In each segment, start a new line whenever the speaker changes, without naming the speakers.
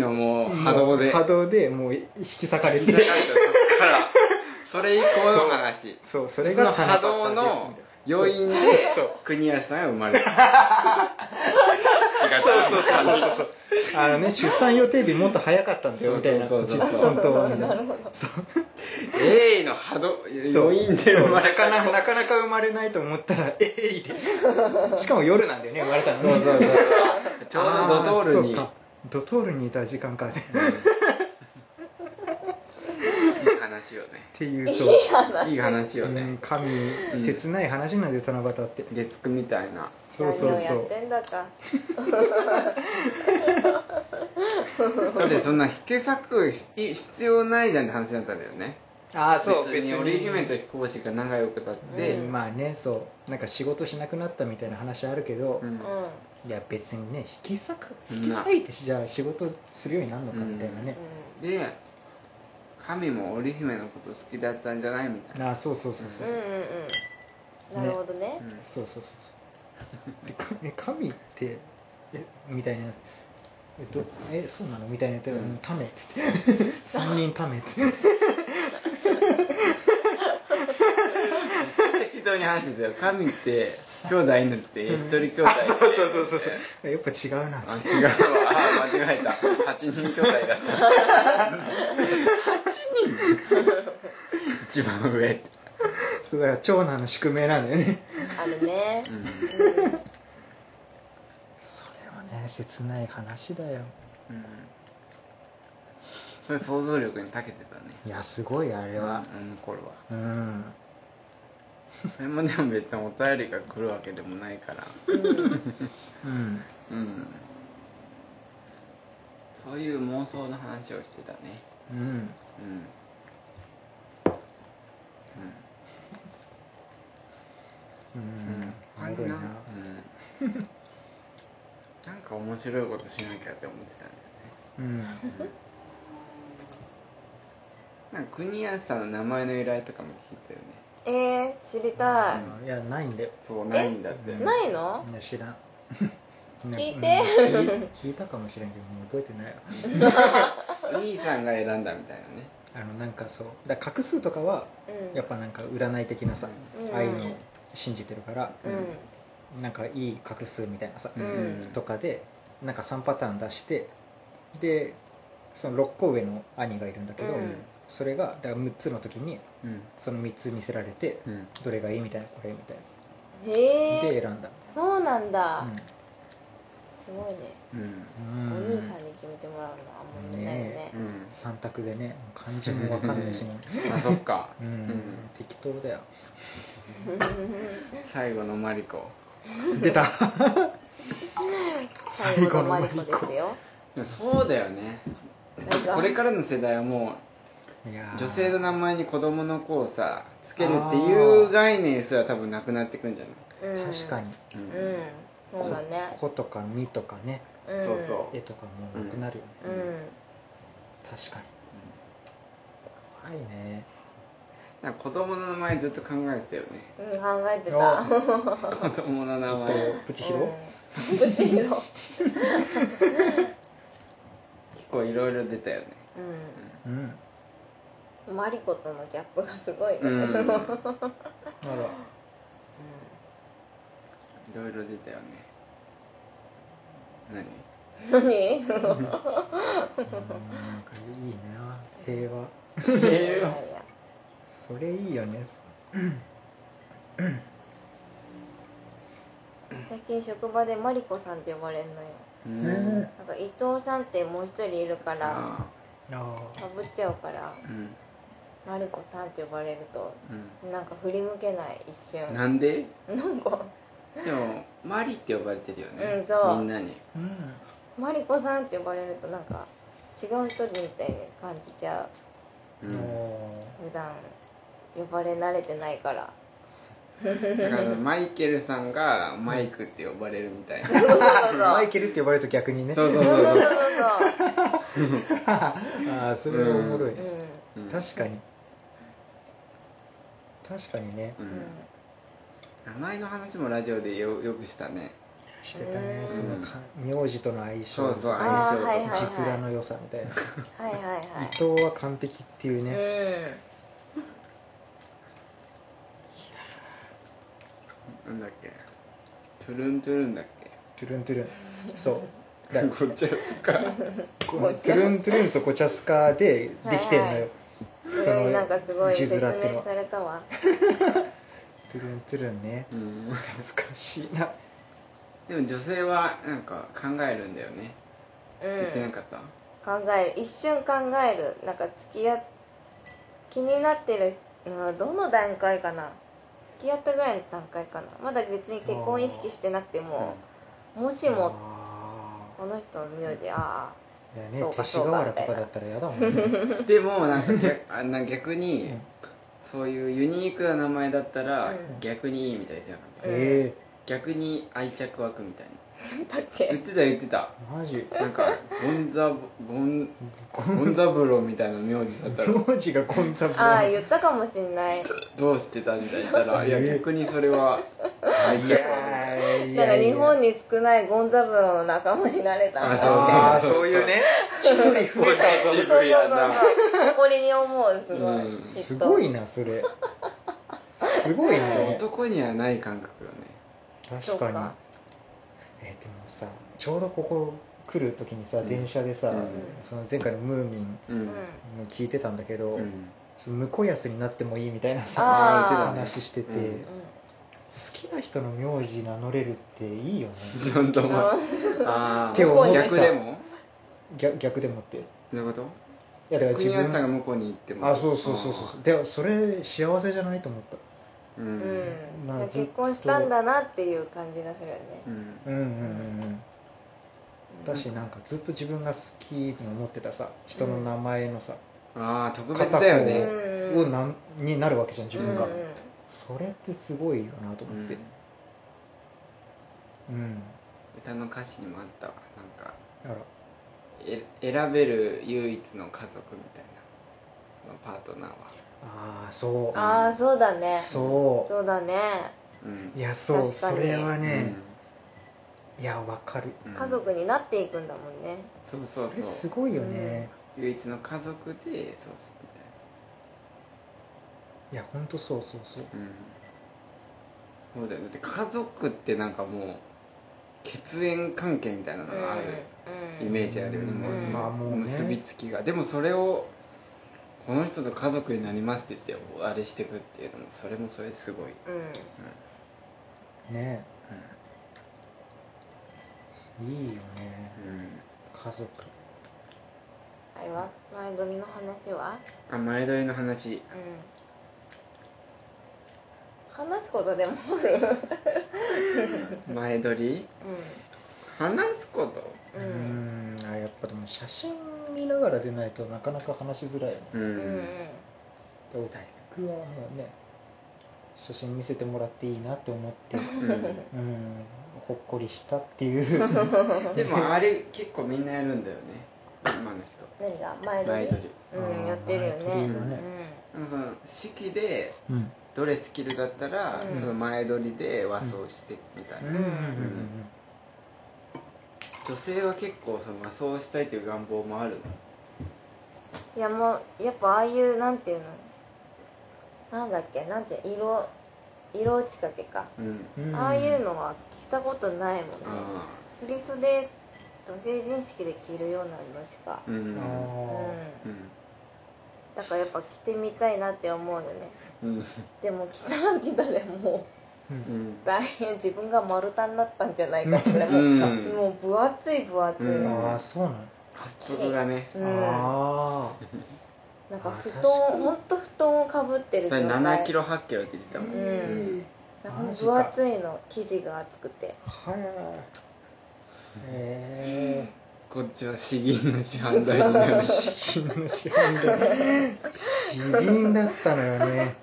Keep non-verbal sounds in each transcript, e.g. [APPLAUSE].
のもう波動で
波動でもう引き裂かれて
だからそれ以降の話
そうそ
そ
れ
の
が
波動の要因で
そう
国安さんが生まれた
そうそうそうそうそうあのね出産予定日もっと早かったんだよみたいな
そうそうそうそう
本当はみたい
な
な
るほど
そう
えいの波動
そ
要
う
因で生まれ
そう
た
なかななかなか生まれないと思ったら [LAUGHS] ええいでしかも夜なんだよね生まれたの
そうそうそう
ね
ちょうどドトール
あ
に
そうかドトールにいた時間かね
いい話よね
っていうそう
いい話よ
うん
ね
神切ない話なんだよ七夕って
月9みたいな
そうそう
何をやっ
そ
てんだか
だってそんな引け裂くい必要ないじゃんって話だったんだよね
うああそう
別に織姫と飛行士が長くたって、
うんまあねそうなんか仕事しなくなったみたいな話あるけど、
うん
うんうん
いや別にね引き裂く
うん
引き裂いてじゃあ仕事するようになるのかみたいなね、
で神も織姫のこと好きだったんじゃないみたいな
ああそうそうそうそう
う
そうう、
んんうんなるほどね
うん
そうそうそうそうでかえ神ってえみたいなやつえっとえそうなのみたいなやつ
うん
ためっつって [LAUGHS] 三人ためっつって
適当に話してたよ神って兄弟いるって一人兄弟
あそうそうそうそうそうやっぱ違うなっ
あ
つって
違うわあ間違えた8人兄弟だった8人一番上って、
そうだから長男の宿命なんだよね
あるね
うん、
うん
それはね切ない話だよ
うんそれ想像力に長けてたね
いやすごいあれは
あの頃は
うん
それもでも別にお便りが来るわけでもないから
うん
うん
うんそういう妄想の話をしてたね
うん
うんうん
う
うん
んお
他
もろ
に
い
な
な
うんなんか面白いことしなきゃって思ってたんだよね
うん
なんか国安さんの名前の由来とかも聞いたよね
えー知りた
いやないんだよ
そうないんだって
いないの
いや知らん
聞いて
ねうん聞い聞いたかもしれんけどもう覚えてないわ
お兄さんが選んだみたいなね
あのなんかそうだから画数とかは
うん
やっぱなんか占い的なさ、
うん
ああいうのを信じてるから、
うん
なんかいい画数みたいなさ、
ん
とかでなんか3パターン出してでその6個上の兄がいるんだけど、
うん
それがだから6つの時に
うん
その3つ見せられて
うん
どれがいいみたいなこれみたいな
へ
で
え
選んだ、
そうなんだ
うん
すごいね
うん
お
うん
兄さんに決めてもらうのはあんまりないよね
うん
三択でね漢字もわかんないしね
あそっか
うん、適当だよ
最後のマリコ
出た
最
最
後
後
の
の
マ
マ
リ
リ
コ
コ
ですよ
いやそうだよね
なんか
これからの世代はも
いや
う
ー
女性の名前に子供の子をさつけるっていう概念すら多分なくなってくんじゃない
うん
確かに
う
うんんそうだね
「こ」とか「み」とかね
うん
そうそ
絵とかもうなくなるよね、
うん
確かに怖いね
なんか子供の名前ずっと考えてたよね
[LAUGHS] うん考えてた
子供の名前を
プチヒロ
うん [LAUGHS] プチヒロ
結構いろいろ出たよね
うん
うんマリコとのギャップがすごいね
うんいろい
あら
ろ出たよね何
何
うんなんかいいな平和
いやいや
それいいよね
最近職場でマリコさんって呼ばれるのよ
う
うんあ
なんか伊藤さんってもう一人いるから
あ
あ
かぶっちゃうから
ーうん
マリコさんって呼ばれると
う
なんか振り向けない一瞬
ん
な
なんで
んか
でもマリって呼ばれてるよね、
うんそう
みんなに
うん
マリコさんって呼ばれるとなんか違う人みたいに感じちゃう
うん
おー
普段呼ばれ慣れてないから
だからマイケルさんがマイクって呼ばれるみたいな
[LAUGHS] そうそうそう
マイケルって呼ばれると逆にね
そうそう
そ
そ
うそうう
そ
そううそ
ああそれはおもろい、
ううん
うん
確かに確かにね
う
うんん
名前の話もラジオでよよくしたね
してたね
うん
そのか名字との相
そ
性
うそう
あ
相性
ー
とか、
はいはい
字面の良さみたいな、
はいはいはい
伊藤は完璧っていうね、
なんだっけトゥルントゥルンだっけ
トゥルントゥルンそうだ
[LAUGHS] こっちはすか
トゥルントゥルンとコチャスカでできてるのよ、
うん
そ
それ
の
なんかすごい
字
説
面っていうの
明
は
されたわ
トゥルントゥルンね
うん
懐かしいな
でも女性はなんか考えるんだよね、
う
言ってなんかった
考える一瞬考えるなんか付き合っ気になってるうんどの段階かな付き合ったぐらいの段階かなまだ別に結婚意識してなくてももしも
あ
この人の名字ああ
ーいやね
そうか
勅使河原とかだったら嫌だもんね、
うんでもなんか逆 [LAUGHS] あな逆
う
に
ん
そういうユニークな名前だったら
うん
逆にいいみたいな言ってなかった
うん
え
逆に愛着湧くみたいな
だっ
言
け
ってた言ってた
ー、マ
[LAUGHS]
ジ
なんかゴンザゴン
こ
ゴンザブロみたいな名字だったら
の文字がゴンザブ
ああ
ラ
言ったかもしんない
どうしてたみたいな言った
[LAUGHS]
らいや
え
逆にそれは愛着湧く
い
なんか日本
に
に少ないゴンザブロの仲間になれたみたいな
ああそういうね一人増えたぞ
ポジティブやな
誇りに思うすごい、
うん
きっと
すごいなそれすごいね
男にはない感覚よね
確かに
そうか
えーでもさちょうどここ来る時にさ、
うん
電車でさ、
うん
その前回のムーミン
うん
うん、
も聞いてたんだけど、
うん
その婿安になってもいいみたいなさ
あー
話してて、
うん
好きな人の名字名乗れるっていいよね
ちゃんと
うん、
まああ
手を
ー
持った
逆でも
逆逆でもってい
どういうこと
やだから
国安さんが向こうに行っても
あそうそうそうそうでもそれ幸せじゃないと思っ
う
うんん
まあ
いや
ずっ
結
と
婚したんだなっていう感じがするよね、
うん
たうんうんうんうんだしなんかずっと自分が好きと思ってたさ人の名前のさ、
ああ特別だよ
う
うん
ね
ん
をなんになるわけじゃん自分が、
うんうん
それってすごいよなと思って
うん
うん、
歌の歌詞にもあったわなんか
あら
え選べる唯一の家族みたいなそのパートナーは
ああそう
ああそうだね
そう
そうだね
うん
いやそう
確か
そ
に
れは
うん
ね、いやわかる
うん
家族になっていくんだもんね
そうそう
それ
そ
す
う
ごいよね、
唯一の家族でそうそうみたいない
やほんとそうそうそう
うんそうだよねだって家族ってなんかもう血縁関係みたいなのがある
う
イ
ん
メージあるよね、
うん
もう
ま
あもうね
結びつきがでもそれをこの人と家族になりますって言ってあれしてくっていうのもそれもそれすごい、
うん
ね
う
いい
んうん
よね家族
あれは前撮りの話は
あ前撮りの話
うん話すことでもある
前撮り話すこと
う
うんんあやっぱでも写真見ながらでないとなかなか話しづらいよね
うん、
うんうんうん
僕はもうね写真見せてもらっていいなって思
[LAUGHS]
って
う
うんほっこりしたっていう
んでもあれ結構みんなやるんだよね今の人
何が前撮り
前撮り
うんやってるよ
あー
ね
前撮りはね
なんかその式で
うん
ドレス着るだったら、
うん
その前撮りで和装してみたいな、
うんうんうん
女性は結構その和装したいという願望もあるの
うんいやもうやっぱああいうなんていうのなんだっけなんて色色落ちかけか
うん
うんうん
ああいうのは着たことないもんね
あ
振袖と成人式で着るようなのしか
あうんうん
うん
あ
だからやっぱ着てみたいなって思うよね
うん
でも着たら着たでも
ーう
う
ん
ん
う大変自分が丸太になったんじゃないかぐらいもう
うん
もう分厚い分厚い、
うん
あーそうなの
そこがね
うん
ああ
なんか布団
あ確かに
ほんと布団をかぶってる状態
7キロ8キロって言ってたもん、
うんなんか
マジか
分厚いの生地が厚くて
はいへえ
こっちは詩吟の師範代になるし
死因の死因
[LAUGHS]
だ死因だったのよね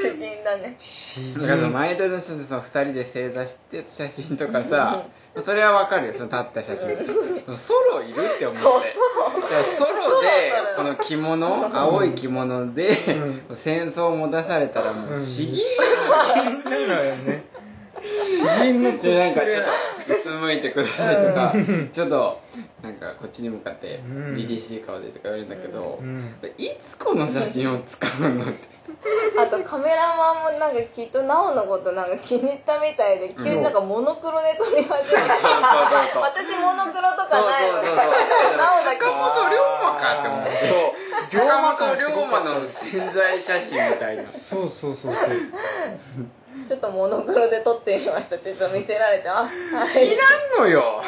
不品だね
死
だからその
因
前撮りの人でその2人で正座して写真とかさそれはわかるよその立った写真ソロいるって思って
そう
だからソロでこの着物青い着物で
う
戦争を持たされたらもう詩吟
死因なのよね死人の子
でなんかちょっとうつむいてくださいとか、ちょっとなんかこっちに向かって
うん
凛々しい顔でとか言われるんだけど、
うん
いつこの写真を使うのって
あとカメラマンもなんかきっとなおのことなんか気に入ったみたいで急になんかモノクロで撮り始めた、
そうそうそう
私モノクロ
そう
と
そうそうそう。だから坂本龍馬
かない
かっ
のになおだけ
て思って。
そう
坂本龍馬の潜在写真みたいな。
そうそうそうそう
ちょっとモノクロで撮ってみましたってちょっと見せられてあはい
いらんのよ。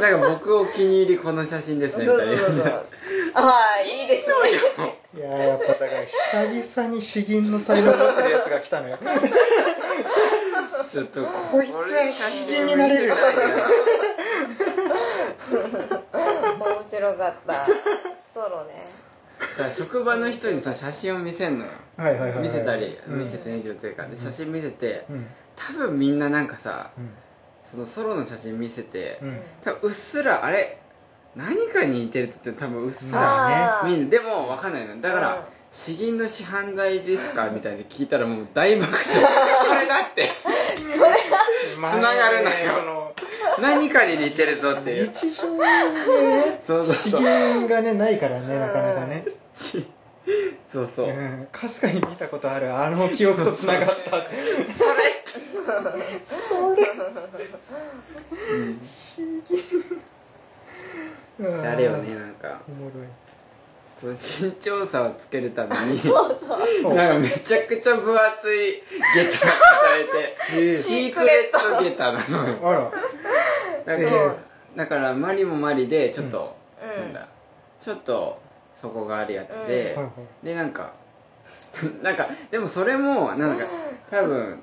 なんか僕お気に入りこの写真です
そう
ねみ
そ
た
う
い
そうそ
な。
うああいいですね
いやーやっぱだから久々に詩吟の才能持ってるやつが来たのよ
ちょっと
こいつは詩吟になれる
面白かったソロね
だから職場の人にさ写真を見せんのよ。
はいはいはい、はい、
見せたり
うん
見せてね上手かで写真見せて
うん
多分みんななんかさ
うん
そのソロの写真見せて
うん
多分うっすらあれ何かに似てるって言って多分うっすら
ま
ああ
見るでも分かんないのだか
うん
ら詩吟の師範代ですかみたいに聞いたらもう大爆笑それだって
まあ
つながるのよ
その
何かに似てるぞっていう
日常でね
そうそう
資
そう
源がねないからねなかなかね
ちそうそうう、
んかすかに見たことあるあの記憶とつなが [LAUGHS] った
それ
資源
ってあれよねなんか
おもろい
その身長差をつけるために
そうそう
なんかめちゃくちゃ分厚い下駄がされてシークレット下駄なのよ
あら
だか
そ
ら
う
だからマリもマリでちょっと、
うん
なんだちょっとそこがあるやつで、
うんはいは
でなんか [LAUGHS] なんかでもそれもなんか多分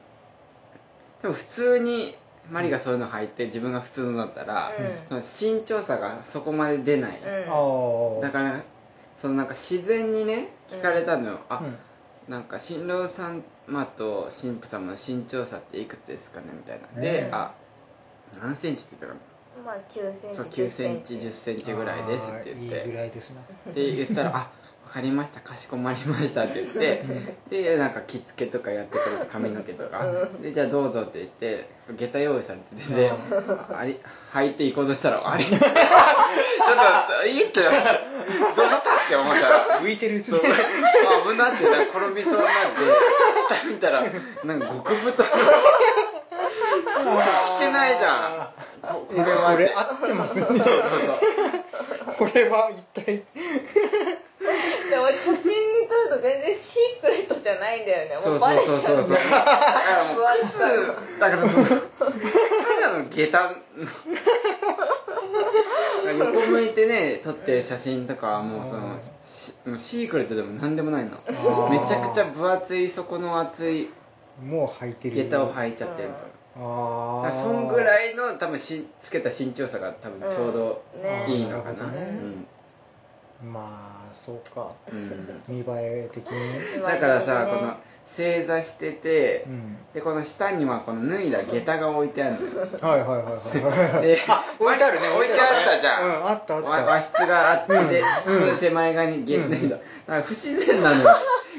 でも普通にマリがそういうの入って自分が普通のだったら、その身長差がそこまで出ない、
うん
あー
だからそのなんか自然にね聞かれたのよ、あ、
うん
なんか新郎さんまと新婦様の身長差っていくつですかねみたいなで、
うん
あ何センチって言ったかな
まあ9センチ
そう9センチ1 0センチぐらいですって言っ
あーいいぐ
て
らいですな
で言っ
[LAUGHS]
たら「あわかりましたかしこまりました」って言ってでなんか着付けとかやってくれて髪の毛とかでじゃあどうぞって言って下駄用意されててであれ履いていこうとしたら「あれちょっといいってどうした?」って思ったら。
浮いてるうち
そう
に
危なってなんか転びそうになって下見たらなんか極太の
[LAUGHS]
聞けないじゃんここれは
これ合ってますね
そうそうそう
これは一体
でも写真に撮ると全然シークレットじゃないんだよねも
そうう
バ
そ
レ
う
ち
そ
ゃ
う
う
そうそうだからもう靴だからそのただの下駄の横向いてね撮ってる写真とかはもうそのしもうシークレットでも何でもないの
ー
めちゃくちゃ分厚い底の厚い
もう履いてる
下駄を
い
履いちゃってるみたいな
あ
だから
あ
そんぐら
い
いの多分しつけた身長差が多分ちょうど
うんね
いいのかな、
なるほどね
うん
まあそうか
うん
見栄え的に
だからさ、
ね
この正座してて、
うん
でこの下にはこの脱いだ下駄が置いてあるのよ
はいはいはいはいはい
で
置いてあるね
置いてあったじゃん、
うんあったあっ
わ
た
和室があって、でその手前側に下脱いだ、なんか不自然なのよ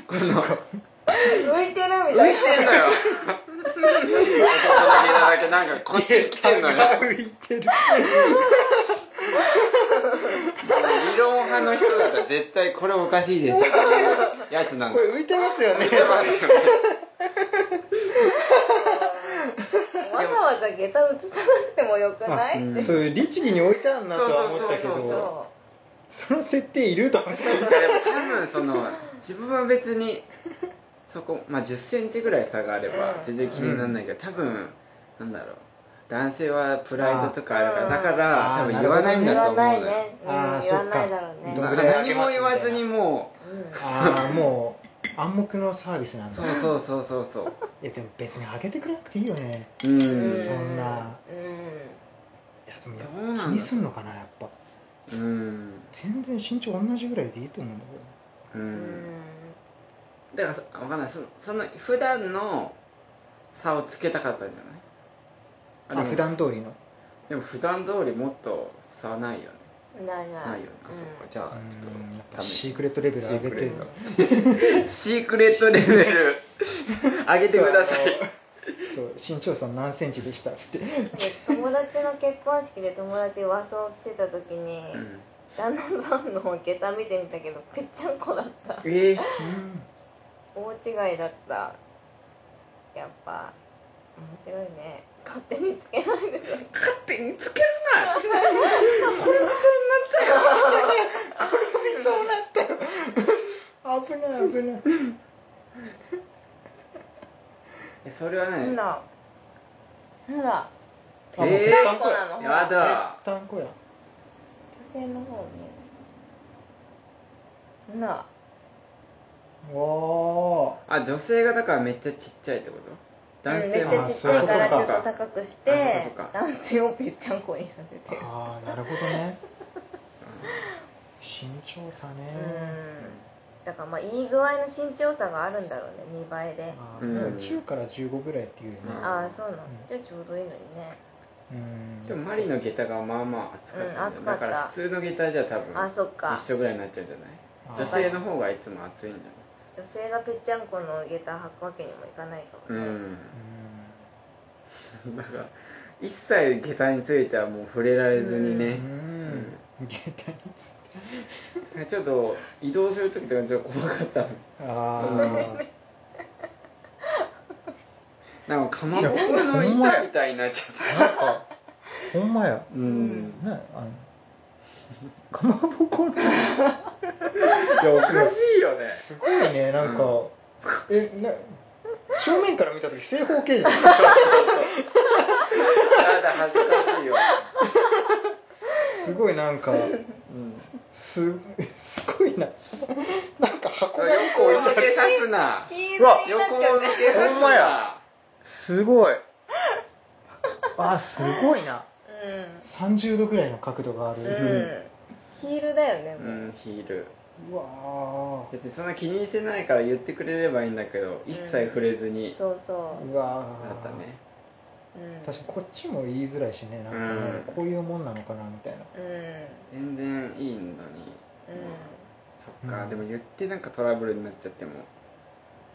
この浮いてんのよ
浮いてるみたいな
男の下駄だけなんかこっちに来てん
[LAUGHS]
のよ
浮いてる
理論派の人だったら絶対これおかしいです
[LAUGHS]
っていうやつなの
これ浮いてますよね
わざわざ下駄映さなくてもよくな
う
い
ん
って
そういう律儀に置いてあんなとは思ったけ
そうそう
ど
そ
その設定いると思って
いやでも多分その自分は別にそこまあ1 0ンチぐらい差があれば全然気にならないけど、多分なんだろう男性はプライドとかあるからだから
あー
多分言わない
うん言
だと
わ
思
な
う
い
のよ
ねうん言
あー
わないだろうね
そっ
ま
か
あ
どんぐらいあ
何
げ
も
ますみ
言
たいな
わずにも
ああもう暗黙のサービスなん
う
だ
そうそうそうそうそう
いやでも別にあげてくれなくていいよね
うん、
うん
そんな
う
いやでもやっぱ
どうなんだ
気にすんのかなやっぱ
うん
全然身長同じぐらいでいいと思うんだけど
うん
うん
んだからそわかんないそその普段の差をつけたかったんじゃないで
あ
も
普段通りの
でも普段通りもっと差ないよね
ないない
ないよね、あそっかじゃあちょっ
うんやっ
と
ぱシークレットレベル上げ
シ
て
ークレットシークレットレベルあげてください
そう身長差何センチでしたっつって
友達の結婚式で友達和装着てた時に、
うん
旦那さんの下駄見てみたけどぺっちゃんこだった
えー
大違いだったやっぱ面白いね勝手につけないでしょ
勝手につけるなこれも
そうなったよ危ない危ない
えそれは
なん
何
だなんだ
あもうぺ
えー
ったんこ
そうなの
や
ほら
や
ぺ
だ
ったんこや
女性の方見えないなんだ
わ
あ女性がだからめっちゃちっちゃいってこと男性
うんめ
も
っちゃちっちゃいからちょ
あ
っと高くして
あそうかそうか
男性をぺっちゃんこにさせ
ー
てる
あーなるほどね身長差
う
ね
んだからまあいい具合の身長差があるんだろうね見栄えで
あ
うん
ーなんか10から15ぐらいっていうね
うん
ああそうなん
うん
じゃあちょうどいいのにね
うん
でもマリの下駄がまあまあ厚かった,、
うん厚かった
だから普通の下駄じゃ多
あ
分
そっか
一緒ぐらいになっちゃうんじゃない
あー
女性の方がいつも暑いんじ
女性がぺっちゃんこの下駄履くわけにもいかないか
ゃ
も
な
ね、
い
うん
うんだから一切下駄についてはもう触れられずに
う
ね、
んうん下駄について
ちょっと移動する時とかちょっと怖かったもん
ああ
なんかかまぼこの板みたいになっちゃった
なんかほんまや
う
うん
ん
ねあ [LAUGHS] のかまぼこの
いやおかしいよね
すごいねなんか、
う
えな正面から見た時正方形じゃん
やだ恥ずかしいよ、
すごいなんか
うん、
すすごいななんか箱
横
が2個置い
向
てあ
け
る
さすな
ヒー
うわ
ルになっ
横
ちゃう
向
ね
けさす
ほんまや
な
すごいあすごいな30度ぐらいの角度がある、
うん、うん、ヒールだよね
う
もう、
んヒール
うわ
別にそんな気にしてないから言ってくれればいいんだけど一切触れずに
そうそ
ーうわ
だ
ー
ったね
ううん
確かにこっちも言いづらいしねなんかね、
うん
こういうもんなのかなみたいな
う
全
ん
然いいのに
う
そっか、
うん
でも言ってなんかトラブルになっちゃっても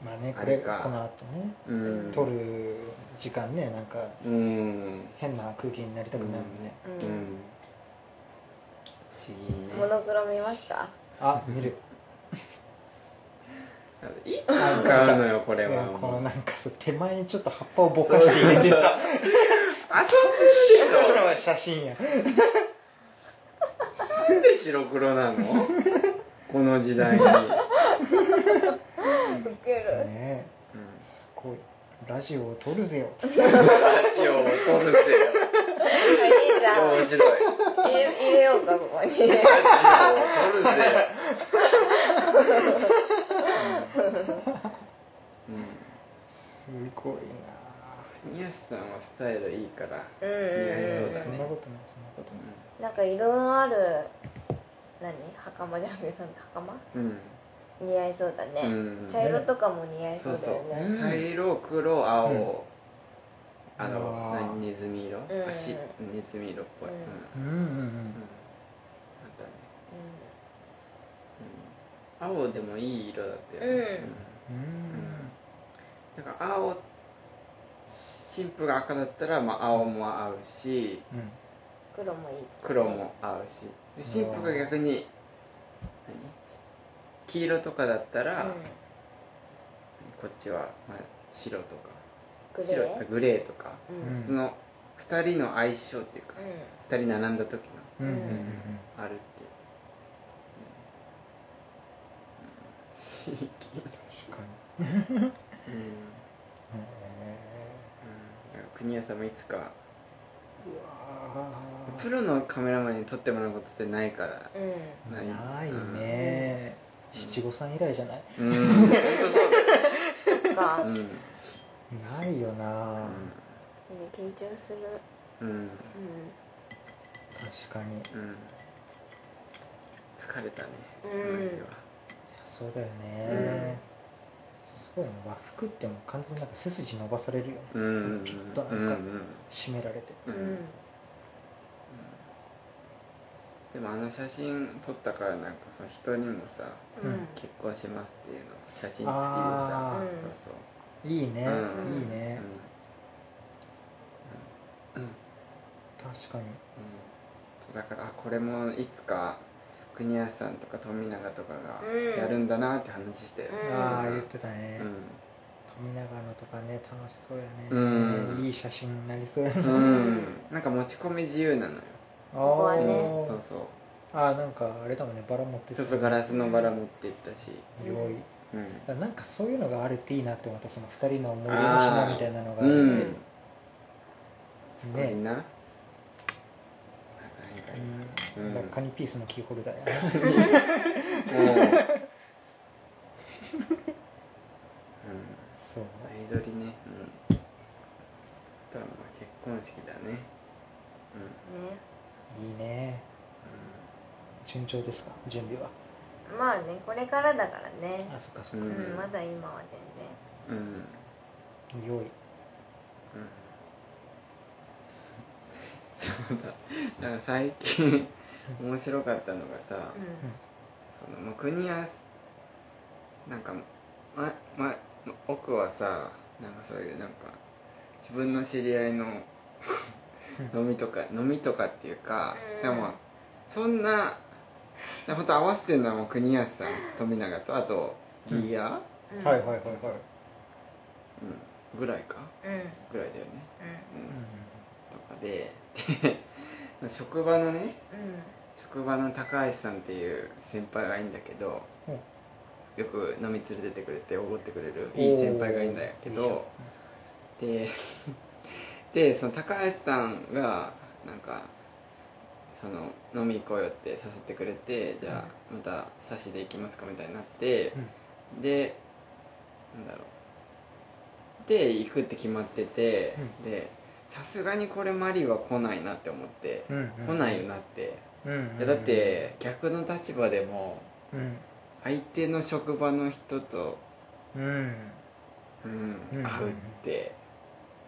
まあねこれ
あれか
この後ね
うん
撮る時間ねなんか
うん
変な空気になりたくないもんね、
ん
うん
う
不
ん
思議ね
モノクロ見ました
あ見る
いつ使うのよこ
い
れ
や
は
こ
も
の
う
なんかさ手前にちょっと葉っぱをぼかして入れてさ
あそう
白
でしょ
黒は写真や
なんで白黒な
[LAUGHS]
のこの時代に、うん
[LAUGHS] ウケる、
ねえすごいラジオを撮るぜよっつって
ラジオを撮るぜ
あいいじゃん
面白い
入れ入れようかここに
ラジオを撮るぜうん
すごいな
うん宮下さんはスタイルいいから
うんうん
いや
う
そ
そ
うんだね
なことないそんなことない
んなんか色のある何袴じゃなくてなんだ袴
うん、
似合いそうだね、
うん
茶色とかも似合いそ
そうう
だよ
そう、
ね
茶色黒青、
うん
あ
う
の
わー
何ネズミ色、
ん
足ネズミ色っぽい、
う
うんん
うんうん
うんあったね、うん、青でもいい色だったよね、
う
うん
んうん
だから青新婦が赤だったら、まあ、青も合うし
うん
黒もいいですね
黒も合うしで新婦が逆に何黄色とかだった
うん
ら、こっちは、まあ、白とか
グレ
白
ー
グレーとか、
う
うん
ん
その2人の相性っていうか、二2人並んだ時の
うんうんうん
あるっていう、うん、刺激
確かに
うん、
[LAUGHS]
うん、
へ
だから国谷さんもいつか
えうわ
プロのカメラマンに撮ってもらうことってない [LAUGHS] から
うんうん
ーないね七五三以来じゃない
うん本当そうだよ
そっか
う
ね
ん
ないよな
緊張する
うんうん、
確かに
うん、疲れたね
うん
この日は
そうだよね、すごいね和服ってもう完全になんか背筋伸ばされるよね
うんうん
ピッとなんか
うん
締められて
う
うんん
うん
うん
でもあの写真撮ったからなんかその人にもさ
うん
うん
結婚しますっていうの写真付きでさ
あ
ー
そうそう
いいね、
うん
いいね、
うんうん
確かに
うんだからあこれもいつか国安さんとか富永とかが
うん
やるんだなって話して、
うん
ああ言ってたね、
う
富永のとかね楽しそうやね、
うん
いい写真になりそうやね、
ん、うん、なんか持ち込み自由なのよ
あ
こは
ー
ね
そうそう
あーなんかあれだもんねバラ持って
ちょっとガラスのバラ持ってったし、
用意
うん
うん、
だからなんかそういうのがあるっていいなって思ったその2人の思い出の品みたいなのがあ
う
る
ん
って、
作
ね
りな、なんか
う
うん
ん、だからカニピースのキーホルダーやな
いいかなもううん
[LAUGHS] そ
ア
う
イドルねうんあとはまあ結婚式だねうん、うん
ね
いいね順調ですか準備は
まあねこれからだからね
あそっかそっか、
う
うんんまだ今は
うん、うん [LAUGHS]
匂い
そうだなんか最近面白かったのがさ、
全然
そのもう国はなんかまま奥はさなんかそういうなんか自分の知り合いの飲みとか飲みとかっていうか、
うん
でもそんなほんと合わせてるのはもう国安さん富永とあとギーヤ、
うん
はいはいはいはい、
うんぐらいか
うんうん
ぐらいだよね、う
うんん
とかでで職場のね
うん
職場の高橋さんっていう先輩がいいんだけど
うん
よく飲み連れてってくれておごってくれるいい先輩がいいんだけどで [LAUGHS] でその高橋さんがなんかその飲み行こうよって誘ってくれてじゃあまた差しで行きますかみたいになって
うん、
でなんだろうで行くって決まってて、でさすがにこれマリは来ないなって思って、
うんうん
来ないよなって、
うんうん
いやだって逆の立場でも
うん
相手の職場の人と、
うん
うん
うん
会うって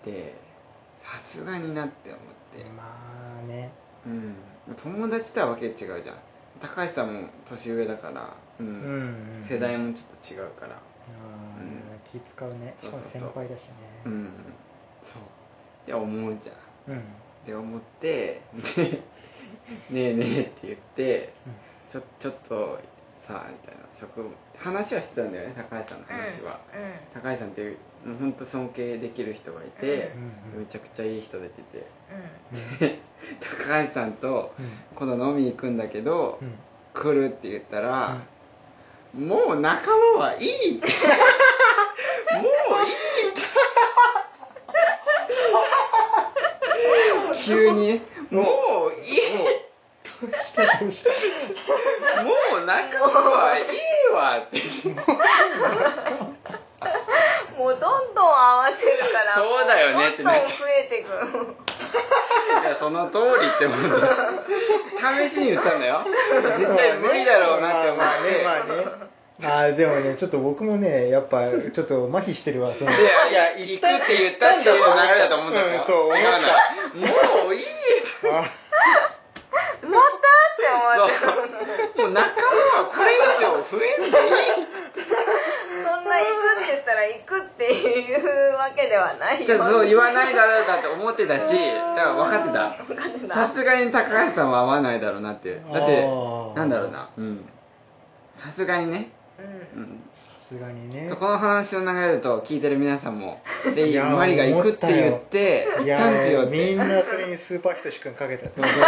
でさすがになって思って、
まあね
うん、友達とはわけ違うじゃん高橋さんも年上だから、うん
うんうん
世代もちょっと違うから
あー
うん
気使うねし
そう
か
そうそ
も
う
先輩だし
うん、
ね
そうって思うじゃん
うんうん
で思って「ねえねえ」って言って「ちょちょっとさ」みたいな職話はしてたんだよね高橋さんの話は、
う
高橋さんっていうもうほんと尊敬できる人がいて
う、ん
めちゃくちゃいい人出てて
ん
高橋さんと
うん
今度飲み行くんだけど、
うん
来るって言ったら、もう仲間はい
[LAUGHS]
いってもういいって急にもういい
どうしたどうした
もう仲間はいいわって
うんもうどんどん合わせるから
そうだよねって
どん
な
ど
っ
ん
て
増えてく
いやその通りって思って試しに言ったんだよ絶対無理だろうなって思って、
まあねまあねまあでもねちょっと僕もねやっぱちょっと麻痺してるわその
いやいや行くって言ったし流れだと思ったんですよ、
うんそう思った
違うなもういい
あ
るまたって思って
もう仲間はこれ以上増えんでいい
そんな行くって言ったら行くっていうわけではないよ
じゃあそう言わないだろうなって思ってたしだから分かってた
分かって
さ
た
すがに高橋さんは合わないだろうなってだって
あー
なんだろうなうんさすがにね、
うん
うん、
さすがにね
そこの話の流れだと聞いてる皆さん
[LAUGHS]
も「で
いやー
マリが行く」って言って行
い
ったんです
や
よっ
み
て
んなそれにスーパーひとしくんかけたよ
そうそう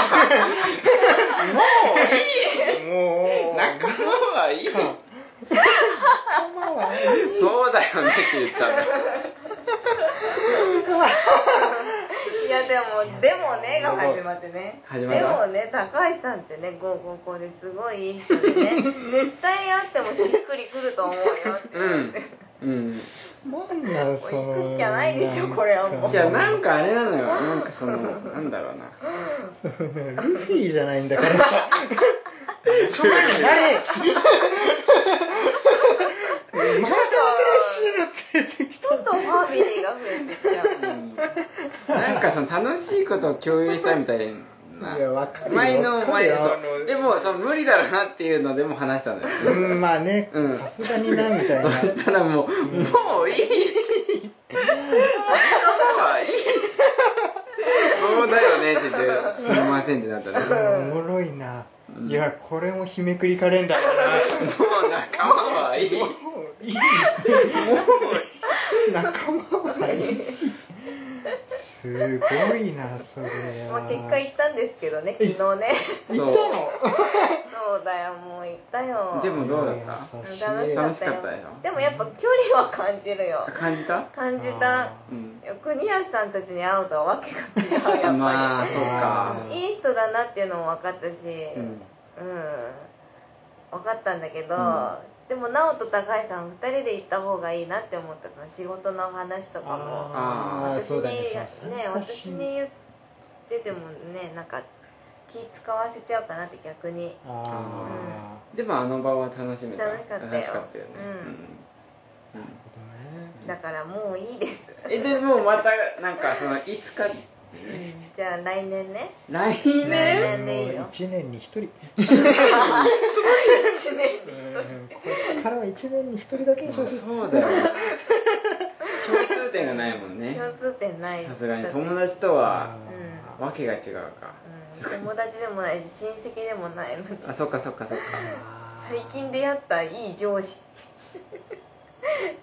もう
仲間はいい
仲間は
そうだよねって言ったんだ
いやでも「でもね」が始まってね
始まる
でもね高橋さんってね555ですごいいい人で
[LAUGHS]
ね絶対会ってもしっくりくると思うよって
う
言っ
ん
て、
うん
なんだその
もう行くっきゃないでしょこれはもう
じゃあなんかあれなのよなんかそのなんだろうな
[LAUGHS] そのルフィじゃないん
[LAUGHS]
だからさちょっと待ってなれまた新しいの連れてき
ちょっとファミリーが増えてきちゃう
なんかその楽しいことを共有したいみたい
た
ない
やわかるよ
前の
わかる
前
よ
そう
あの
でもその無理だろうなっていうのでも話したのよ
うんまあね
うん
さすがになみたいな
そしたらもう、もういいはいいそうだよねって言ってすみませんってなったらも
おもろいな、いやこれも日めくりカレンダーだな
う仲間はいい
もう [LAUGHS] いいもう仲間はい [LAUGHS] いすごいなそれ
もう結果行ったんですけどね昨日ね
そう
そうだよもう行ったよ
でもどうだった
優しい
楽しか
楽
っ
したか
よ
ったでしょ
でもやっぱ距離は感じるよ
感じた
感じた
うん
国安さんたちに会うとはわけが違
[LAUGHS]
うやっぱり、
まあそっか
あ
いい人だなっていうのも分かったし
う
うんん、分かったんだけど、
うん
でも奈緒と高橋さん2人で行った方がいいなって思ったその仕事の話とかも
あー
私
そう
に
だ
ね
ね
私に言っててもねなんか気使わせちゃうかなって逆に
あ
でもあの場は楽しめた
楽しかったよ
楽しかったよねうん
あー
だからもういいです、
うんえでもまたなんかそのいつか
じゃあ来年ね
来
なる
年
ほどね
年でいいよ
1年に1人
1年に1人
うんこれからは1年に1人だけにし
ま
ま
あ
す
そうだよ [LAUGHS] ね共通点がないもんね
共通点ない
さすがに友達と
あ
は
ー
わけが違うか
うん友達でもないし親戚でもないのに
あそっかそっかそっか
あー
最近出会ったいい上
[LAUGHS]
司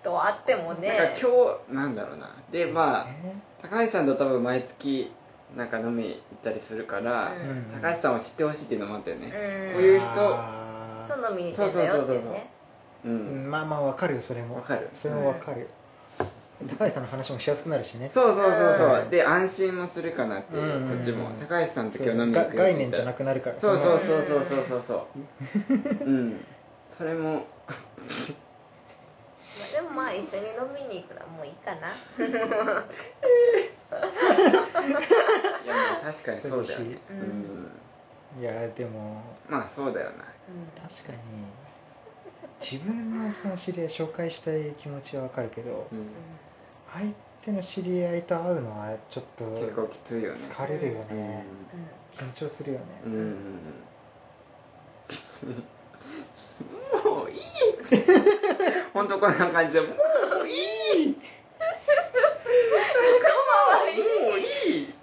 と会っても
なんか
ね
今日なんだろうなでまあ
ね
高橋さんと多分毎月なんか飲み行ったりするから、
う
うん
高橋さんを知ってほしいっていうのもあったよ
うん
ねこういう人
あー
と飲みに行ってたよって
そうそうそう
ね
そううん、
うんまあまあわかるよそれも
わかる
それもわかる、高橋さんの話もしやすくなるしね
そうそうそうそう、
うん
で安心もするかなっていう、
うん
こっちも高橋さんと今日飲みに行
が
くよって
概
言っ
念
た
じゃ
ら
なくなるから
そうそう
の
そうそうそうそうそう
[LAUGHS]
うんそれも
まあでもまあ一緒に飲みに行くのはもういいかな
いやもう確かにそうだよね
寂
う
し
ん
い、
いやでも
まあそうだよな
うん
確かに自分のその知り合い紹介したい気持ちはわかるけど、
うん
相手の知り合いと会うのはちょっと
結構きついよね
疲れるよね、
うんうん
緊張するよね、
うんうんうんもういい本当こんな感じでもういい仲間はいいもういい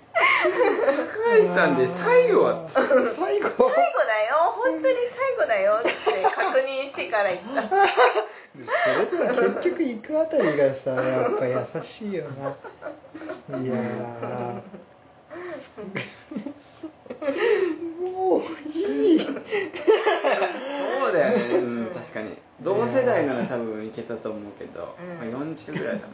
高橋さんで最後は
最後
最後だよ本当に最後だよって確認してから行った
それでも結局行くあたりがさやっぱ優しいよないやーもういい
そうだよね、うん、確かに同世代なら多分いけたと思うけど、
うん
まあ、40ぐらいだもんね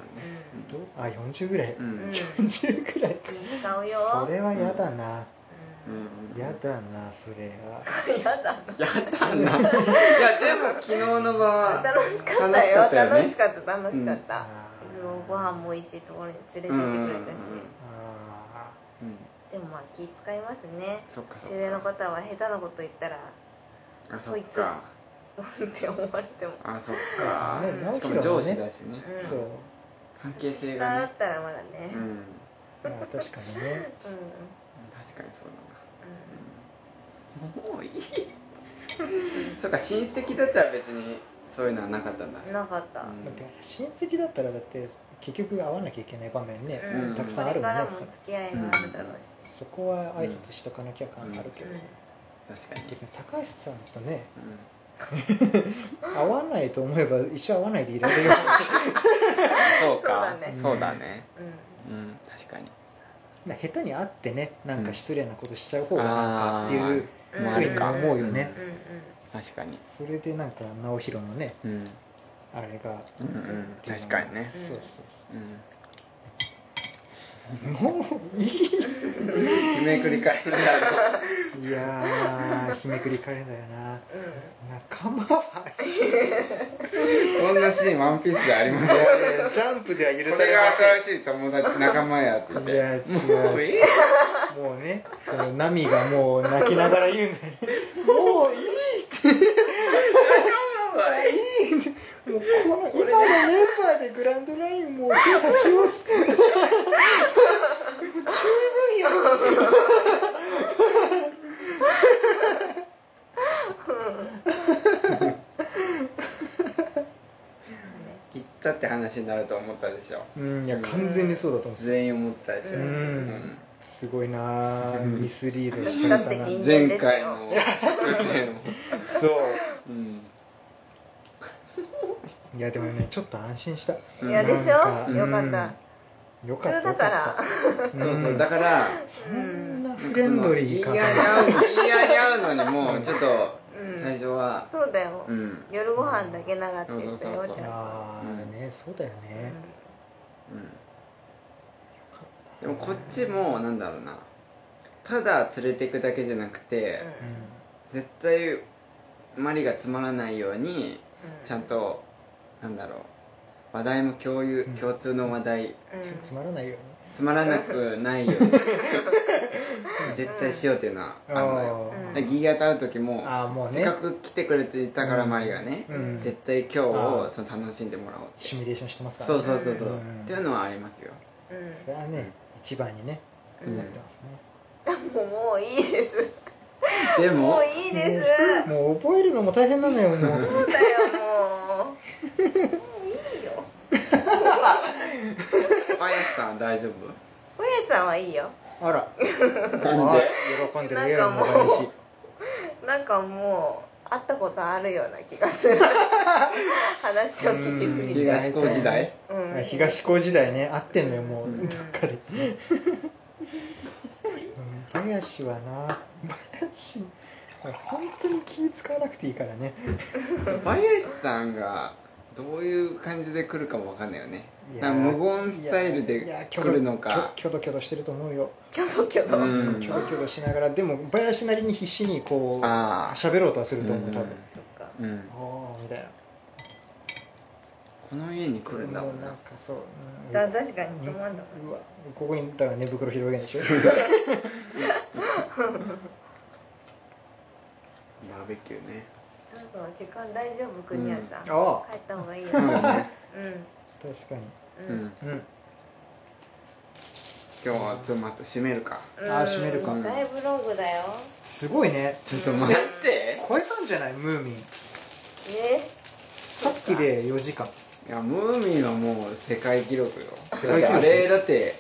どうあ40ぐらい、
うん
うんうん
40ぐらいか
気使うよ
それは嫌だな、
う
うんん
うん
嫌だなそれは
[LAUGHS] やだな
やったんだいやでも昨日の場は
楽しかったよ
楽
楽
し
し
か
かった楽しかったすごいご飯も美味しいところに連れてって
うんうんうん
くれたし
あ
うん
でもまあ気使いますね
そっかそっか
年上の方は下手なこと言ったら [LAUGHS]
あそっか
うんって思われても
あそっか
そうですね
しかも上司だしね、
ー
うん
そう、
関係
年
性
下
が
だ
ね
ったらまだね
う
うんうん
ん
まあ、確かにね
確かにそうだなもうい [LAUGHS] いそっか親戚だったら別にそういうのはなかったんだ
うんなかった
うん
だって親戚だったらだって結局会わなきゃいけない場面ね、
うん
たくさんある
こ
も
れ
ん
から
ね
も付き合いがあるだろうし
そこは挨拶しとかなきゃ感あるけど、
う
確かに
別に高橋さんとね
うん
会わないと思えば一生会わないでいられ [LAUGHS] るよ
そう
そう
か
だね
そうだね
んうん
うん確かに
な下手に会ってねなんか失礼なことしちゃう方がなんかっていう、
うん
ふうにも思うよね、
うんうん
確かに
それでなんか直弘のね
うん
あれが、
うんうん確かにね
そうそ
うん
うもういい
日めくり返りだろ
いやー日めくりカレンダーよな仲間は
こんなシーンワンピースであります
いやいやジャンプでは許
こ
さ
れ
れ
が
ませ
新
ん
しい友達仲間やって言っ [LAUGHS]
いや違
ても
う
うい
違
いう
もうねそのナミがもう泣きながら言うんだよねもういいってもうこの今のメンバーでグランドラインもう手出しようっつってもう十分よっつって
行ったって話になると思ったでしょ
うんいや完全にそうだと思う
全員思ってたでしょ、
うん
すごいなあミスリード
だっ
さ
て
れた
う
な
ん
み
前回の
そう
うん
いやでもねちょっと安心した
うん
いやでし
なん
ょ
か
よ
う
かった
んよか
普
った
通だから
そうそうだから
そんなフレンドリー
か
か
言い合いに合う言い合いに合うのにもうちょっと
うん
最初は
そうだよ
うん
夜ご飯だけならって言った
そうそう
よ
そう
ちゃんと
ああねそうだよね
うんでもこっちもなんだろうなただ連れていくだけじゃなくて、
うん
絶対マリがつまらないように
う
ちゃんとなんだろう話題も共有、
うん
共通の話題
うん
つつまらないよ
つまらなくない
[LAUGHS]
ように絶対しようっていうのは
う
あ
に
るのよ、
うん
でギーガと会う時も
ああもう
せっ
ね
かく来てくれていたから、
うん
マリがね、
うん
絶対今日
あ
を
ー
その楽しんでもらおうって
シミュレーションしてますから
そうそうそうそう、
うん
っていうのはありますよ
うん
それはね一番にね
うん
なってますね
もうもういいです
で
も
も
ういいです
もう覚えるのも大変なのよも
そううだよもうもういいよ
あやさんは大丈夫
おやさんはいいよ
あら
なんで
あ喜んでるよ
なんかも
も
う
う嬉しい
なんかもう会ったことあるような気がする話を聞きすぎて
うん
東高時代
うん
東高時代ね合ってんのよもう、
うん
どっかでうん林はな林本当に気使わなくていいからね
林さんがどういう感じで来るかもわかんないよね
いや
なんか無言スタイル
いやいや
で
キョ
来
ド
るのか
キョキョドキョドしてると思うよ
キョドキョド
う
うん
ん
キョドキョドしながらでも林なりに必死にこう
ああ
喋ろうとはすると思う多分、
そっか
うんうん
おーみたいな
この家に来るんだ
も
も
うんなん
な
かそう、うん
だ確かに止まんの
うわここにだから寝袋広げんでし [LAUGHS] ょ
バーベキューね
そうそう時間大丈夫国安さん、
ああ
帰った方がいいよ
そうね
うん
確かに
う
うんん
うん
今日はちょっとまた閉めるか
うん
あー閉めるか
大ブログだよ
すごいね
ちょっと待って
超えたんじゃないムーミン
え
さっきで4時間
いやムーミンはもう世界記録よ
世界記
だ
録
ってあれだって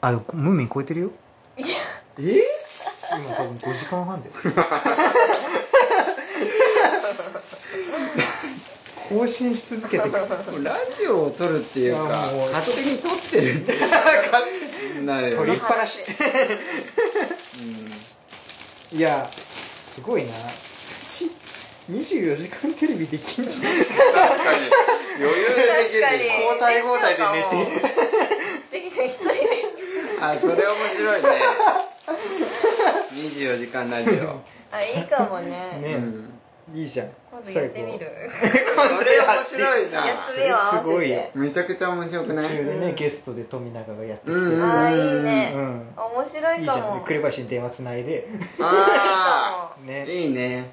あでもムーミン超えてるよ
え
今多分5時間 [LAUGHS] 半で更新し続け [LAUGHS] てく
もうラジオを撮るっていう
い
か
やもう
勝手に撮ってるっていうなるよ
撮
ね
りっぱな [LAUGHS] しいやすごいなそっち24時間テレビできんじゃん
[LAUGHS]
確かに余裕ででき
確
る [LAUGHS]
かに
よ
交代交代で寝て
できちゃう一人で
[LAUGHS] あそれ面白いね24時間ラジオ
あいいかもね
う
ね
ん
いいじゃん
今度やってみる
それ面白いな
やつ目を合わせて
すごいよ
めちゃくちゃ面白く
途
ない
中で
う
ね
ん
ゲストで富永がやってきて
う
う
う
ん
ん
い
ん
い
うん
あーいいね
じ
面白いか
ゃんで
も
紅林に電話つないで
ああ
ね
[LAUGHS] いいね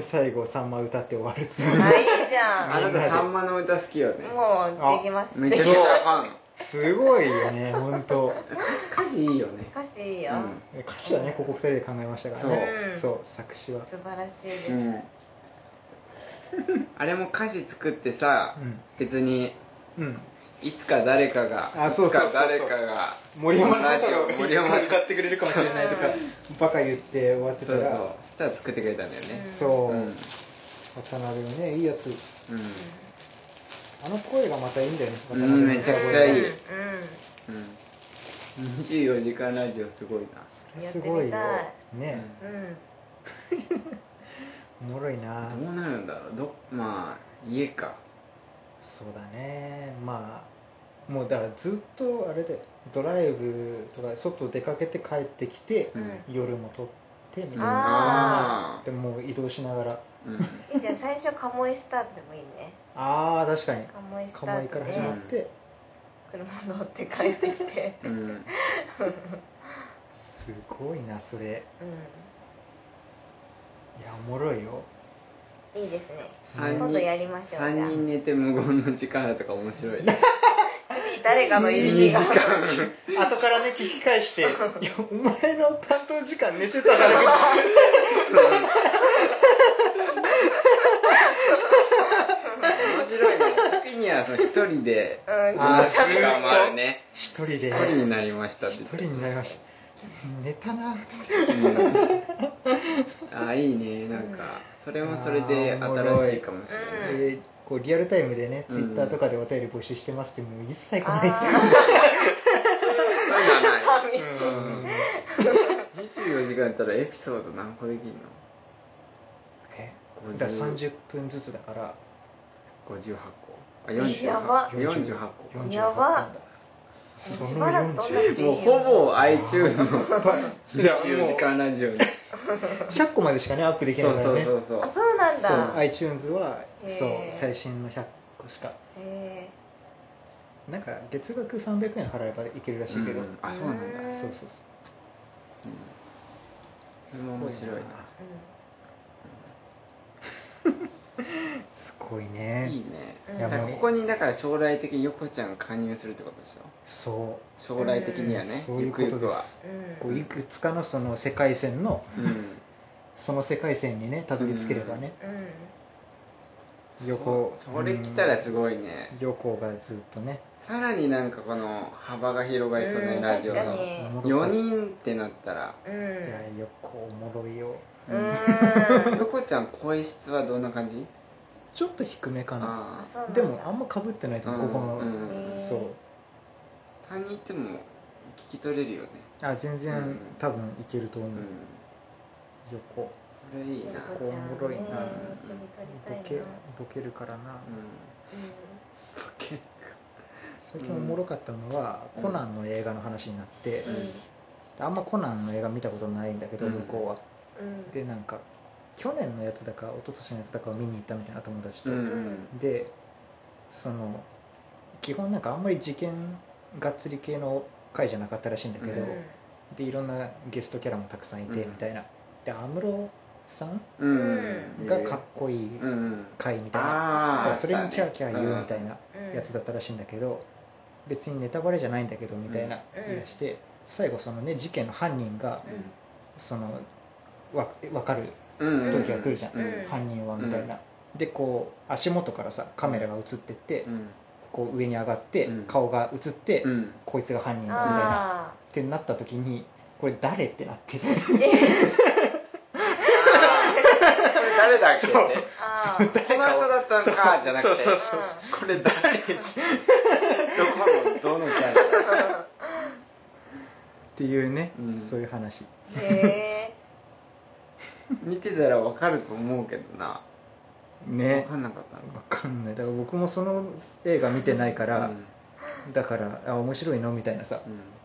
最後さんま歌って終わるって
あいいじ
あ
ゃ
なたさんまの歌好きよね
んもうできます
めちゃくちゃファン
すごいよね本当
歌詞歌詞いいよね
歌詞いいよ、
う
歌詞はねここ2人で考えましたからね
そう
そう作詞は
素晴らしいです、
んうんあれも歌詞作ってさ
うん
別に
うん
いつか誰かが
あそうそうそうそう
いつか誰かが
森山直太朗が
ラジオ
い
森
つ
山
か歌ってくれるかもしれないとかバカ言って終わって
そ
た
うそう
ら
そしたら作ってくれたんだよね
そう
うん
渡辺のねいいやつ
うん
あの声がまたいいんだよね渡
うん
辺の
めちゃくちゃいいうん、24時間ラジオすごいな、
すごいよ
やって
ね
うん、うん
おもろいな
どうなるんだろうどまあ家か
そうだねまあもうだからずっとあれでドライブとか外出かけて帰ってきて、
うん
うん
夜も撮ってみたい
あ
な
ー
でももう移動しながら
うん
いいじゃん最初カモイスタートでもいいね
ああ確かに
カモイスタ
鴨
ー
居
ト
から
で
始まって、
車乗って帰ってきて
うん
すごいなそれ
う
いやおもろいよ
んいいですね
三
今度や
人
りましょうじゃあ
三人寝て無言の時間だとか面白いね
次誰かの
い
入
い
り
時
が
間後からね聞き返 [LAUGHS] して「いやお前の担当時間寝てただろ」
その一人で
うん自
あー
転
ず
車
っ
が
と
回るね
一人で
一人になりましたって
一
言っ
人
て
になりました寝たなーっつって
うんあーいいねなんかそれもそれで新しいかもしれない、
でこうリアルタイムでね
うん
ツイッターとかでお便り募集してますってもう一切来
あ
ない
そういうのは
ー
ない
寂しい、
うん
24時間やったらエピソード何個できるの
え
50
だから30分ずつだから
58個あ48
やば
48個
48
やば
そ
し
の
ばらくどんな
40
人
もうほぼ iTunes の24時間ラジオに
100個までしかねアップでき
そ
な
う
いから
そう
ね
そうそう
あそうなん
そう
だへ
iTunes は
へー
そう最新の100個しか
え
なんか月額300円払えばいけるらしいけど、
うんあそうなんだ、
うん
そうそうそう
それも面白いな
すごいね
いいね
うん
だからここにだから将来的に横ちゃんが加入するってことでしょ
そ
将来的にはね、
そういう
ゆ
こ
くゆ
と
く
で
は
す
う
こ
ん
ういくつかのその世界線の
うん
その世界線にねたどり着ければね、
うん
横
そそれ来たらす
ごい
ごいね、
横がずっとね
さらになんかこの幅が広がりそうね、
うん
ラジオ
確か
の
にえー
おもろ
4
かった
人ってなったら
うん
いや横おもろいよ
うーん
横ちゃん声質はどんな感じ
ちょっと低めかな
あ
そうなんだ
でもあんまかぶってないと思う、ここの、
うん
へー
そう
あ3人いても聞き取れるよね
あ全然、
うん
多分いけると思
う
う、
ん
横
これいいな
こうおもろいな
一緒に撮りた
ボ
いな
ケボケるからな、
う
うん
最近おもろかったのは、
うん
コナンの映画の話になって、
ん
あんまコナンの映画見たことないんだけど、
うん
向こうは
うんうん
でなんか去年のやつだか一昨年のやつだかを見に行ったみたいな友達と、
うんうん
でその基本なんかあんまり事件がっつり系の回じゃなかったらしいんだけど、
うん
でいろんなゲストキャラもたくさんいて
うん
みたいな、で安室さん
うんうん
がかっこいい
うんうん
回みたいな、だか
あ
ら
あ
それにキャーキャー言うみたいな
うん
やつだったらしいんだけど、別にネタバレじゃないんだけどみたいな
うん
言い出して、最後そのね事件の犯人がそのわ分かる
うん
時が来るじゃん、
うん
犯人はみたいな、でこう足元からさカメラが映ってって、
うん
こう上に上がって、
うん
顔が映って、
うん
こいつが犯人だみたいな
あ
ってなった時にこれ誰ってなって
[LAUGHS] あーこれ誰だっけって
そう
ーあー
この人だったのかじゃなくて
そうそうそう
これ誰どこのどのキャラ
っていうね、
うん
そういう話
うんへ
見てたらわかると思うけどなわ
ね
かんなかったの
わ
か
かんないだから僕もその映画見てないから
うん、
だからあ面白いのみたいなさ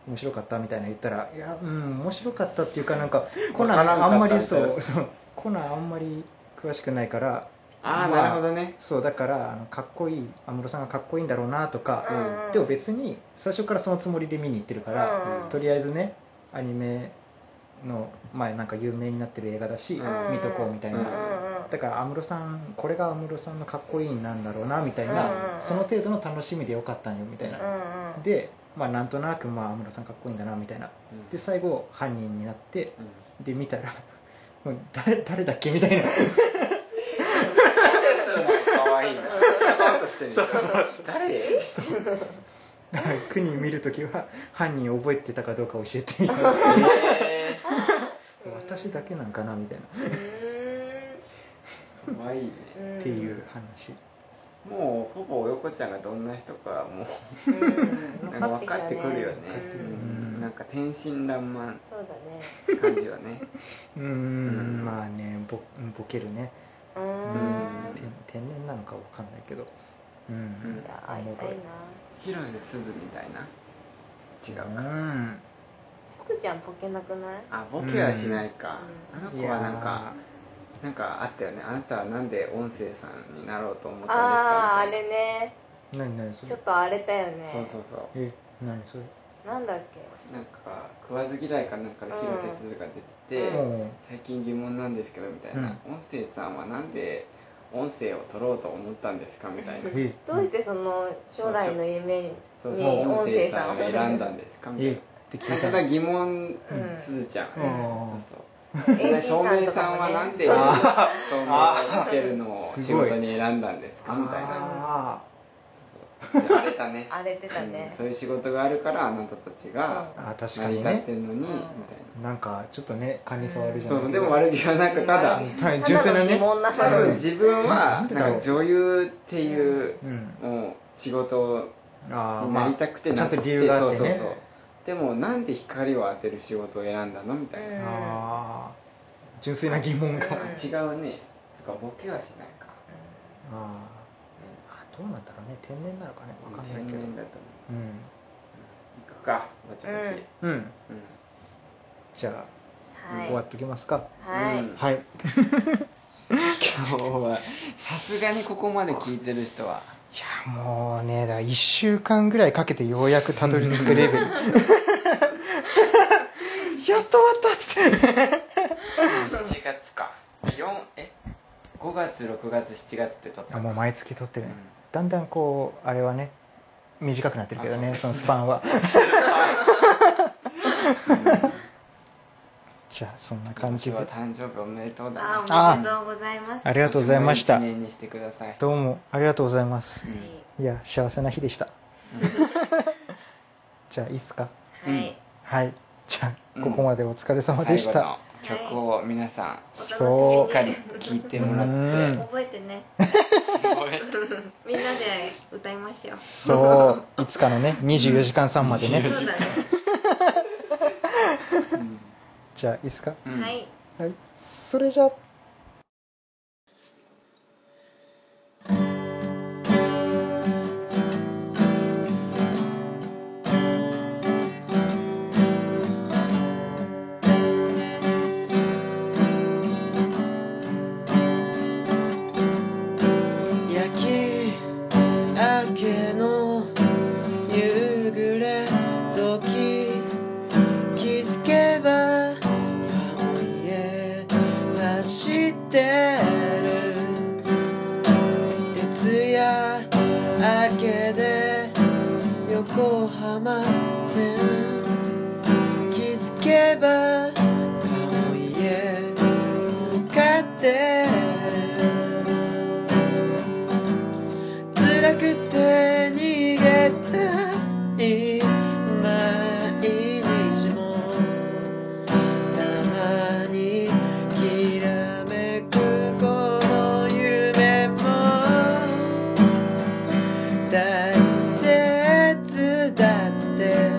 うん
面白かったみたいな言ったらいやうん面白かったっていうかなんかコ
わ
ナ
か
ン
らんかっ
あ
た
んまりそ
みたいう
そうコナンあんまり詳しくないから
ああ
まあ
なるほどね
そうだからあのかっこいい安室さんがかっこいいんだろうなとか、
ー
でも別に最初からそのつもりで見に行ってるから、
うんうん
とりあえずねアニメの前なんか有名になってる映画だし、
うん
見とこうみたいな、
うん
うんうん
だから安室さんこれが安室さんのかっこいいなんだろうなみたいな、
うんうん
その程度の楽しみでよかったんよみたいな、
うんうん
で、まあ、なんとなくまあ安室さんかっこいいんだなみたいな
うん
で最後犯人になって
うん
で見たら [LAUGHS] もう誰誰だっけみたいな
可愛いな。カウントしてるんでしょ。誰？
[LAUGHS] 国見るときは犯人覚えてたかどうか教えてみたいな
え
私だけなんかなみたいな、
うーん
ー可愛いね。
うん
っていう話
もうほぼ横ちゃんがどんな人かも
うん
うなんか分かってくるよね。
う
うんんなんか天真爛漫
そうだね
感じはね。 [LAUGHS]
うーん
うん
まあねボボケるね
うーん
天天然なのかわかんないけどうん、
ん
いや会いたいな
広瀬すずみたいな。違うか。
うん
すくちゃんポケなくない
あボケはしないか。あ
うん
の
い
子
や
はな
ー
んかなんかあったよね。あなたはなんで音声さんになろうと思ったんですか
ああ？あ
みたい
れね
何何そ
ちょ
れ
っと荒れたよ
な
ね
そうそうそう。
え何それ
なんだっけ
なんか食わず嫌いかなんかで広瀬すずが出てて、
うん
おう
最近疑問なんですけどみたいな、音声さんはなんで音声を取ろうと思ったんですかみたいな
え
どうしてその将来の夢に
そうそう
音
音声
声
さ
さ
ん
ん
を
を
選んだんですかみたい
えっ
な
て聞
なん
い
か
た
ただ疑問
うん
すずちゃん、
うん
そうそう照明さんはなんで照
あ
明さんつけるのを仕事に選んだんですかみたいな
あ
荒れた
[LAUGHS]
ね
荒れてたね
うんそういう仕事があるからあなたたちが
あ確
成
か
り
に
立って
ね
んのに、みたいな
なんかちょっとね蚊に触るじゃ
そ
な
うそ
い
う
け
で
ど
も悪気はなくただ
んはい純
純
粋な
粋な
ね
疑問な
多分
話
自分は
なんでだろう
なんか女優っていう
うん
もう仕事
あー
に
ま
な
あ
りたくて
ち
な
ゃんと理由があってね
そうそうそうでもなんで光を当てる仕事を選んだのみたいな、
うん
あー純粋な疑問が、
うん
あ
違うねとかボケはしないか、
ああどうなんだろうね天然なのかねわかんない
天
けど
然だと
うん、
思う行くかぼちぼち、
うん、
うん
じゃあ、
はい
終わってきますか
はい、
うん
はい
今日はさすがにここまで聞いてる人はい
やもうねだから1週間ぐらいかけてようやくたどり着くレ [LAUGHS] ベルやっと終わったっつって
7月か4え5月6月7月って撮った
あもう毎月撮ってる、
うん
ねだんだんこうあれはね短くなってるけどね
あ
そのスパン [LAUGHS] はじゃあそんな感じ
今
で
年は誕生日おめでとうだね
あおめでとうございます
ありがとうございました
今年も一年にしてください
どうもありがとうございます
うん
いや幸せな日でしたじゃあいいっすか
はい、はい
はいじゃあ
うん
ここまでお疲れ様で
最
し
後
た、
の曲を皆さんし
そ
っ
う
かり聴いてもら
うん
っ
覚えてね
て
みんなで歌いましょう
そういつかの [LAUGHS] ね24時間さんまでね
そうだね、
うん
じゃあいいっすか
うん
はい
はいそれじゃあ
焼き明けの夕暮れ時気づけば神へ走ってる徹夜明けで横浜線気づけば神へ向かってる辛くて逃げたい毎日もたまにきらめくこの夢も大切だって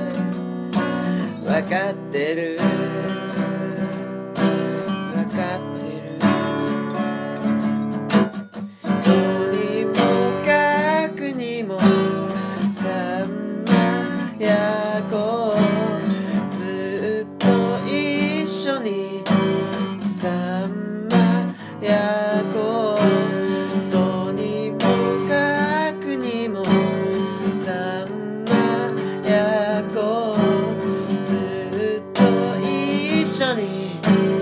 わかってるわかってるとにもかくにもさんまやこずっと一緒にさんまやことにもかくにもさんまやこずっと一緒に